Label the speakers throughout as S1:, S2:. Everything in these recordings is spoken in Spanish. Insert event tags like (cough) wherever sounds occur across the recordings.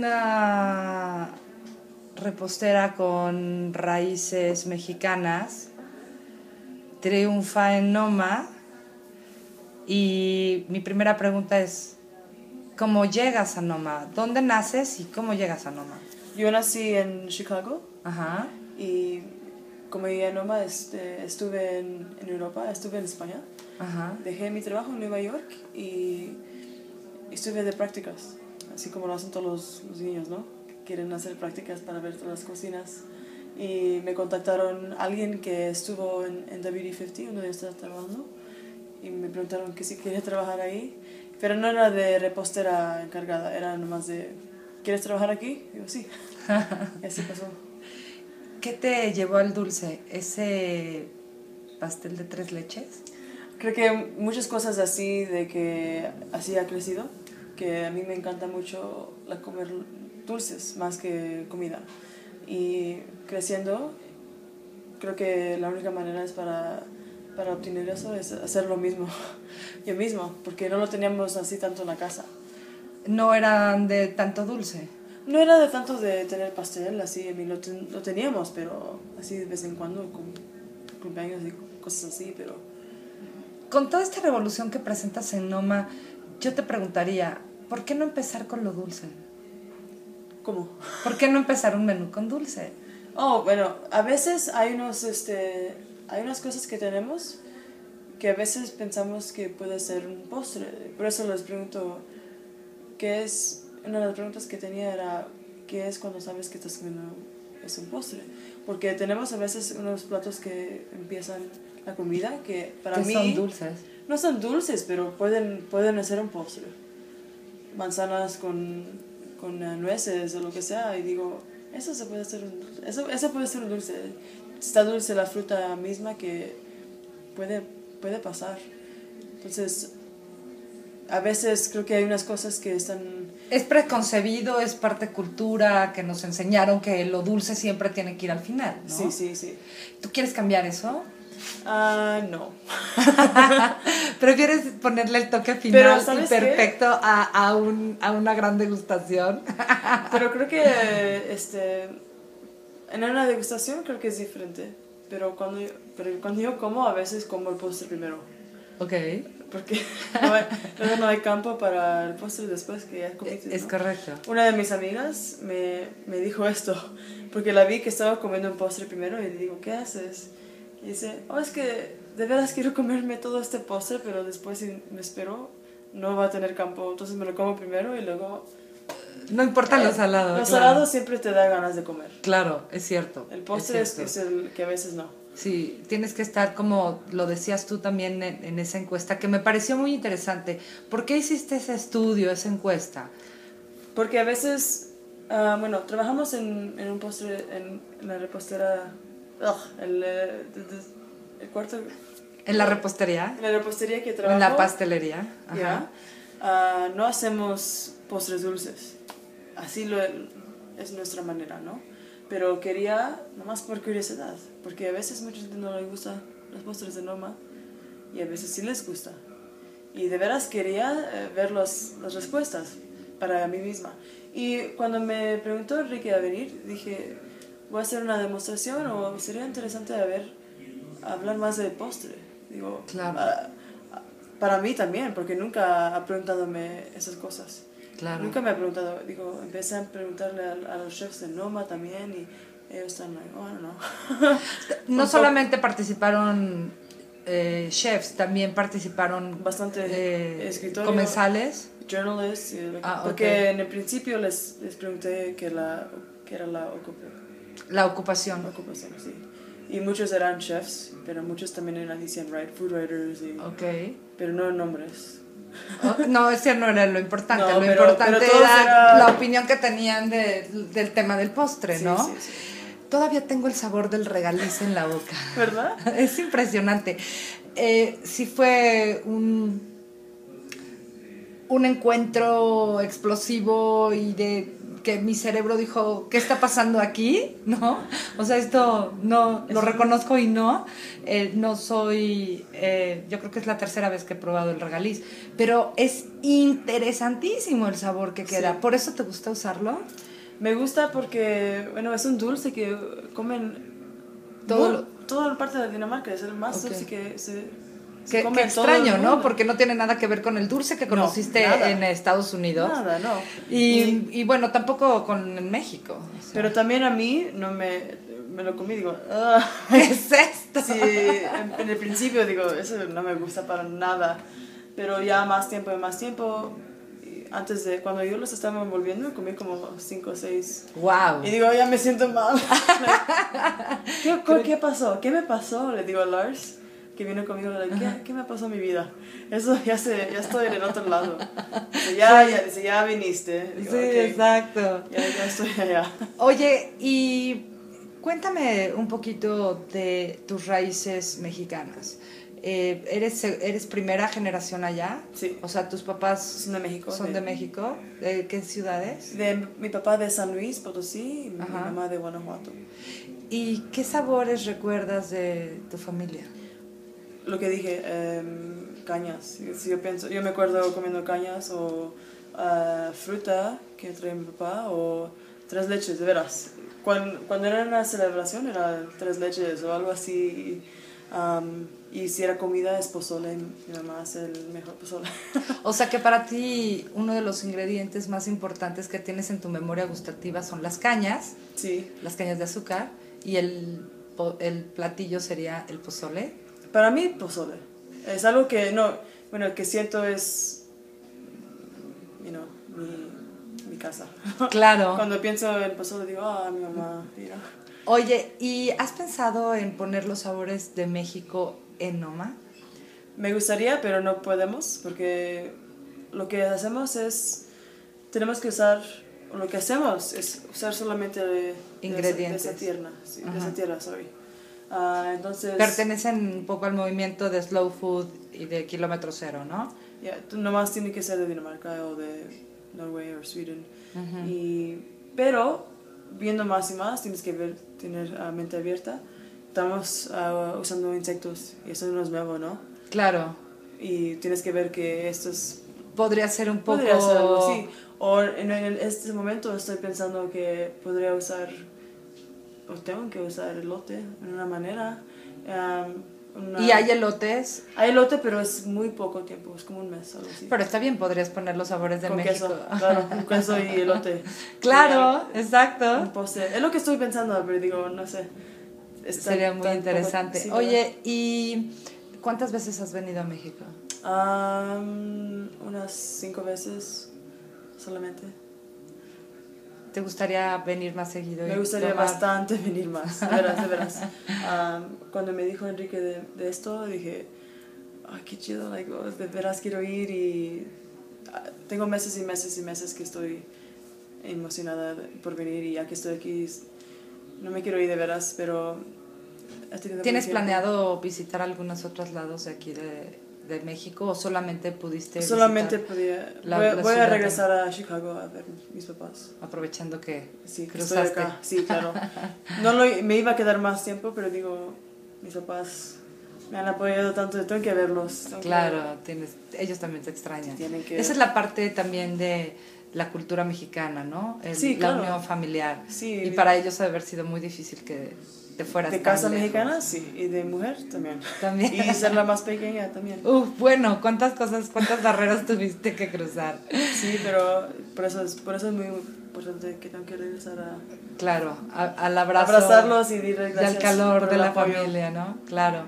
S1: una repostera con raíces mexicanas, triunfa en Noma y mi primera pregunta es, ¿cómo llegas a Noma? ¿Dónde naces y cómo llegas a Noma?
S2: Yo nací en Chicago
S1: Ajá,
S2: y como ya Noma este, estuve en, en Europa, estuve en España.
S1: ajá.
S2: Dejé mi trabajo en Nueva York y estuve de prácticas, así como lo hacen todos los, los niños, ¿no? Quieren hacer prácticas para ver todas las cocinas. Y me contactaron alguien que estuvo en, en WD-50, donde yo estaba trabajando, y me preguntaron que si quería trabajar ahí. Pero no era de repostera encargada, era nomás de, ¿quieres trabajar aquí? Digo, sí. Y así pasó.
S1: ¿Qué te llevó al dulce? ¿Ese pastel de tres leches?
S2: Creo que muchas cosas así de que así ha crecido, que a mí me encanta mucho la comer dulces más que comida. Y creciendo, creo que la única manera es para, para obtener eso es hacer lo mismo, (laughs) yo mismo, porque no lo teníamos así tanto en la casa.
S1: No eran de tanto dulce.
S2: No era de tanto de tener pastel, así, a mí lo, ten- lo teníamos, pero así de vez en cuando, con cumpleaños y cosas así, pero...
S1: Con toda esta revolución que presentas en Noma, yo te preguntaría, ¿por qué no empezar con lo dulce?
S2: ¿Cómo?
S1: ¿Por qué no empezar un menú con dulce?
S2: Oh, bueno, a veces hay unos, este, hay unas cosas que tenemos que a veces pensamos que puede ser un postre. Por eso les pregunto, ¿qué es? Una de las preguntas que tenía era, ¿qué es cuando sabes que estás comiendo es un postre? Porque tenemos a veces unos platos que empiezan la comida que para
S1: que
S2: mí
S1: son dulces.
S2: no son dulces, pero pueden, pueden hacer un postre. Manzanas con, con eh, nueces o lo que sea. Y digo, eso se puede hacer un dulce. Eso, eso puede ser un dulce. Está dulce la fruta misma que puede, puede pasar. Entonces, a veces creo que hay unas cosas que están...
S1: Es preconcebido, es parte cultura, que nos enseñaron que lo dulce siempre tiene que ir al final, ¿no?
S2: Sí, sí, sí.
S1: ¿Tú quieres cambiar eso?
S2: Ah, no.
S1: ¿Prefieres ponerle el toque
S2: Pero,
S1: final y
S2: ¿sabes qué?
S1: perfecto a, a un- a una gran degustación?
S2: Pero creo que este, en una degustación creo que es diferente. Pero cuando, yo- pero cuando yo como, a veces como el postre primero.
S1: ok,
S2: Porque (laughs) no hay, luego no hay campo para el postre después que ya comiste.
S1: es
S2: ¿no?
S1: correcto.
S2: Una de mis amigas me, me dijo esto, porque la vi que estaba comiendo un postre primero y le digo, ¿qué haces? Y dice, oh, es que de veras quiero comerme todo este postre, pero después si me espero no va a tener campo, entonces me lo como primero y luego...
S1: No importan los salados.
S2: Los
S1: claro.
S2: salados siempre te da ganas de comer.
S1: Claro, es cierto.
S2: El postre es,
S1: cierto.
S2: es el que a veces no.
S1: Sí, tienes que estar como lo decías tú también en, en esa encuesta, que me pareció muy interesante. ¿Por qué hiciste ese estudio, esa encuesta?
S2: Porque a veces, ah, bueno, trabajamos en, en un postre, en, en la repostera, ugh, el, eh, d- d- el cuarto,
S1: ¿En la repostería?
S2: en la repostería que
S1: ¿O
S2: trabajo.
S1: en la pastelería? Ajá.
S2: ya, ah, no hacemos postres dulces. Así lo, es nuestra manera, ¿no? Pero quería, nomás por curiosidad, porque a veces mucha gente no le gusta los postres de Noma y a veces sí les gusta. Y de veras quería eh, ver las- las respuestas para mí misma. Y cuando me preguntó Enrique a venir, dije, voy a hacer una demostración o sería interesante a ver, hablar más de postre. Digo,
S1: Claro.
S2: "Ah, ah, para mí también, porque nunca ha preguntadome esas cosas.
S1: Claro.
S2: Nunca me ha preguntado, digo, empecé a preguntarle a, a los chefs de Noma también y ellos están, like, oh, no,
S1: No solamente participaron eh, chefs, también participaron
S2: (laughs) Bastante
S1: eh,
S2: escritorio.
S1: comensales.
S2: journalists. y lo-
S1: Ah,
S2: porque
S1: ok.
S2: en el principio les, les pregunté que, la, que era la ocupación.
S1: La ocupación.
S2: ocupación, sí. Y muchos eran chefs, pero muchos también eran, decían, right, food writers, y-
S1: Ok. Oh,
S2: pero no nombres.
S1: No, ese no era lo importante.
S2: No,
S1: lo
S2: pero-
S1: importante
S2: pero todos
S1: era
S2: era-
S1: la opinión que tenían de- del tema del postre,
S2: Sí,
S1: ¿no?
S2: sí, sí.
S1: Todavía tengo el sabor del regaliz en la boca. (laughs)
S2: ¿Verdad?
S1: es impresionante. Eh, sí fue un, un encuentro explosivo y de que mi cerebro dijo, ¿qué está pasando aquí? ¿No? O sea, esto no lo reconozco y no. Eh, no soy, eh, yo creo que es la tercera vez que he probado el regaliz, pero es interesantísimo el sabor que queda.
S2: Sí.
S1: ¿Por eso te gusta usarlo?
S2: Me gusta porque, bueno, es un dulce que comen
S1: Todo
S2: todo,
S1: lo-
S2: toda la parte de Dinamarca, es el más
S1: Ok.
S2: dulce que se, se
S1: Qué,
S2: come
S1: qué
S2: en todo el
S1: extraño, ¿no?
S2: mundo.
S1: Porque no tiene nada que ver con el dulce que
S2: No,
S1: conociste
S2: nada.
S1: en Estados Unidos.
S2: Nada, no.
S1: Y, y bueno, tampoco con en México. o sea,
S2: Pero también a mí, no me, me lo comí, digo, "Ah".
S1: (laughs)
S2: (laughs)
S1: ¿Qué es esto?
S2: Sí, en, en el principio digo, eso no me gusta para nada, pero ya más tiempo y más tiempo, y antes de, cuando yo los estaba envolviendo, comí como 5 o 6
S1: Wow.
S2: Y digo, ya me siento mal. ¿Qué, co- qué pasó? ¿Qué me pasó? Le digo a Lars, que vino conmigo, le digo, ¿qué, qué me pasó en mi vida? Eso ya, se, ya estoy en el otro lado. Dice, ya, ya, dice, ya viniste.
S1: Sí,
S2: Digo, "Ok,
S1: exacto.
S2: Ya, ya estoy allá.
S1: Oye, y cuéntame un poquito de tus raíces mexicanas. Eh, ¿eres, ¿Eres primera generación allá?
S2: Sí.
S1: O sea, tus papás
S2: Son de México.
S1: son de México. ¿De qué ciudades?
S2: De mi papá de San Luis, Potosí, y mi
S1: Ajá.
S2: mamá de Guanajuato.
S1: ¿Y qué sabores recuerdas de tu familia?
S2: Lo que dije, em, cañas. Si yo pienso, yo me acuerdo comiendo cañas o ah, fruta que trae mi papá o tres leches, de veras. Cuando, cuando era una celebración era tres leches o algo así. am, y si era comida es pozole, mi mamá hace el mejor pozole. (laughs)
S1: O sea que para ti uno de los ingredientes más importantes que tienes en tu memoria gustativa son las cañas,
S2: sí.
S1: las cañas de azúcar, y el, po- el platillo sería el
S2: (laughs)
S1: pozole.
S2: Para mí pozole. Es algo que no, bueno, que siento es, you know, mi, mi casa.
S1: Ah. Claro.
S2: Cuando pienso en pozole digo, ah, mi mamá, mira.
S1: Oye, ¿y has pensado en poner los sabores de México en Noma?
S2: Me gustaría, pero no podemos, porque lo que hacemos es, tenemos que usar, o lo que hacemos es usar solamente de- de, esa-
S1: Ingredientes.
S2: De esa tierra, sí, de
S1: Ajá.
S2: esa tierra, sorry. Ah, entonces,
S1: Pertenecen un poco al movimiento de slow food y de kilómetro cero, ¿no?
S2: ya, tú nomás tiene que ser de Dinamarca o de Norway o Sweden. Y- pero, viendo más y más, tienes que ver, tener la mente abierta. Estamos ah, usando insectos, y eso no es nuevo, ¿no?
S1: Claro.
S2: Y tienes que ver que estos
S1: Podría ser un poco...
S2: Podría ser algo así. O en, en este momento estoy pensando que podría usar, o tengo que usar elote en una manera. um, una-
S1: Y hay elotes,
S2: Hay elote, pero es muy poco tiempo, es como un mes, algo así.
S1: pero está bien, podrías poner los sabores de
S2: con
S1: México.
S2: queso, claro, con queso y elote.
S1: (laughs) Claro,
S2: Sería un
S1: exacto.
S2: postre. Es lo que estoy pensando, pero digo, no sé. Es tan-
S1: Sería muy
S2: tan poco-
S1: interesante.
S2: sí,
S1: Oye, ¿y cuántas veces has venido a México?
S2: ¿verdad? Um, unas cinco veces solamente.
S1: ¿Te gustaría venir más seguido? y
S2: Me gustaría
S1: tomar?
S2: bastante venir
S1: (laughs)
S2: más, de veras, de veras. Um, cuando me dijo Enrique de, de esto, dije, ay, qué chido, like, oh, de veras quiero ir y ah, tengo meses y meses y meses que estoy emocionada de- por venir y ya que estoy aquí, s- no me quiero ir de veras, pero... he tenido
S1: ¿Tienes
S2: muy tiempo.
S1: planeado visitar algunos otros lados de aquí de, de México o solamente pudiste
S2: Solamente
S1: visitar,
S2: podía...
S1: la-
S2: voy,
S1: la
S2: voy
S1: ciudad
S2: a
S1: de-
S2: regresar a Chicago a ver mis papás.
S1: aprovechando que
S2: Sí, que estoy
S1: cruzaste?
S2: acá. Sí, claro. No lo- me iba a quedar más tiempo, pero digo, mis papás me han apoyado tanto, yo tengo que verlos. tengo que-
S1: Claro, tienes, ellos también te extrañan.
S2: Tienen que-
S1: Esa es la parte también de la cultura mexicana, ¿no? El-
S2: Sí,
S1: la
S2: claro.
S1: unión familiar.
S2: Sí.
S1: Y para ellos ha de haber sido muy difícil que te fueras
S2: De
S1: tan
S2: casa
S1: lejos.
S2: mexicana, sí, y de mujer también.
S1: También.
S2: Y ser la más pequeña también.
S1: Uf, bueno, cuántas cosas, cuántas barreras (laughs) tuviste que cruzar.
S2: Sí, pero por eso es, por eso es muy importante que tengo que regresar a
S1: Claro, a- al abrazo.
S2: abrazarlos y decir
S1: Y
S2: gracias
S1: al calor
S2: por
S1: de
S2: el
S1: la
S2: apoyo.
S1: familia, ¿no? Claro.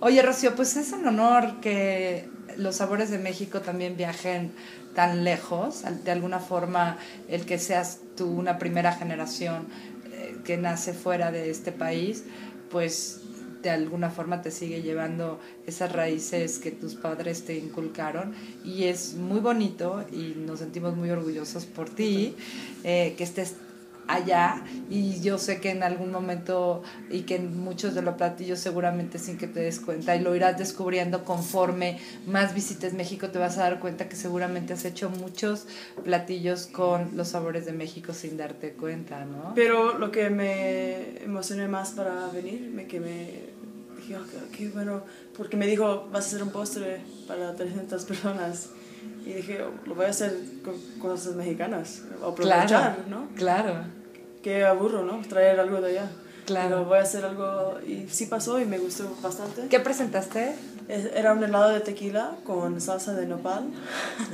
S1: Oye, Rocío, pues es un honor que los sabores de México también viajen tan lejos. Al- De alguna forma, el que seas tú una primera generación eh, que nace fuera de este país, pues de alguna forma te sigue llevando esas raíces que tus padres te inculcaron y es muy bonito y nos sentimos muy orgullosos por ti, eh, que estés allá y yo sé que en algún momento y que en muchos de los platillos seguramente sin que te des cuenta y lo irás descubriendo conforme más visites México te vas a dar cuenta que seguramente has hecho muchos platillos con los sabores de México sin darte cuenta, ¿no?
S2: Pero lo que me emocioné más para venir, me, que me dije, "Ah, qué- qué bueno, porque me dijo, vas a hacer un postre para 300 personas. Y dije, "Oh, lo voy a hacer con cosas mexicanas, aprovechar, ¿no?
S1: Claro.
S2: Qué aburro, ¿no? Traer algo de allá.
S1: Claro.
S2: Pero voy a hacer algo, y sí pasó y me gustó bastante.
S1: ¿Qué
S2: (laughs)
S1: presentaste?
S2: Es- Era un helado de tequila con salsa de nopal.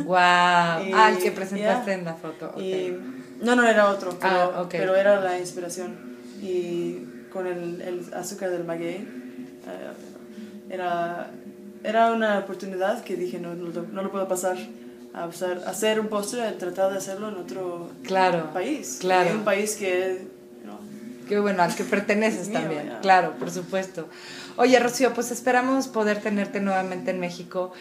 S1: Wow. ah, el que
S2: Y-
S1: presentaste
S2: yeah.
S1: en la foto. ok.
S2: Eh, Y, no, no, era otro, pero,
S1: Ah, ok.
S2: pero era la inspiración. Y con el, el azúcar del maguey, eh, era, era una oportunidad que dije, no, no, lo- no lo puedo pasar. A usar- hacer un postre, a tratar de hacerlo en otro
S1: Claro.
S2: país.
S1: Claro.
S2: Y un país que... no,
S1: Qué bueno, al que perteneces
S2: Es mío,
S1: también,
S2: ya.
S1: claro, por supuesto. Oye, Rocío, pues esperamos poder tenerte nuevamente en México,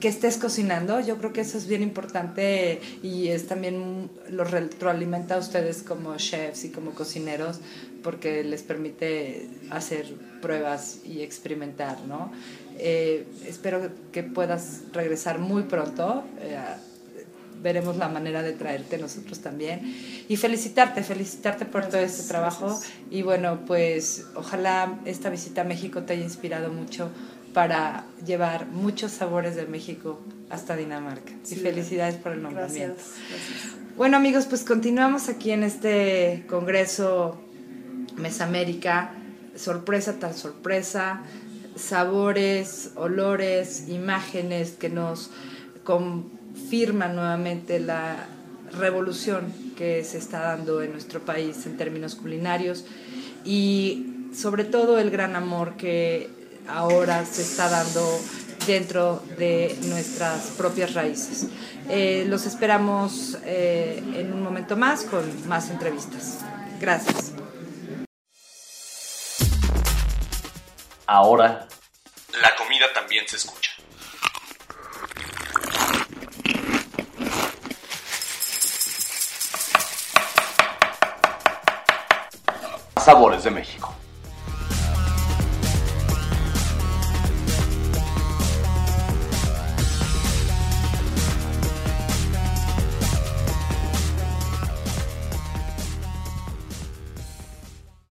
S1: que estés cocinando, yo creo que eso es bien importante y es también lo retroalimenta a ustedes como chefs y como cocineros, porque les permite hacer pruebas y experimentar, ¿no? Eh, espero que puedas regresar muy pronto. eh, a- veremos la manera de traerte nosotros también. Y felicitarte, felicitarte por todo
S2: Gracias,
S1: este trabajo.
S2: gracias.
S1: Y bueno, pues ojalá esta visita a México te haya inspirado mucho para llevar muchos sabores de México hasta Dinamarca.
S2: Sí.
S1: y felicidades por el
S2: gracias,
S1: nombramiento.
S2: gracias.
S1: Bueno amigos, pues continuamos aquí en este Congreso Mesamérica, sorpresa tras sorpresa, sabores, olores, imágenes que nos confirman nuevamente la revolución que se está dando en nuestro país en términos culinarios y sobre todo el gran amor que ahora se está dando dentro de nuestras propias raíces. Eh, los esperamos eh, en un momento más con más entrevistas. Gracias.
S3: Ahora
S4: La comida también se escucha.
S3: Sabores de México.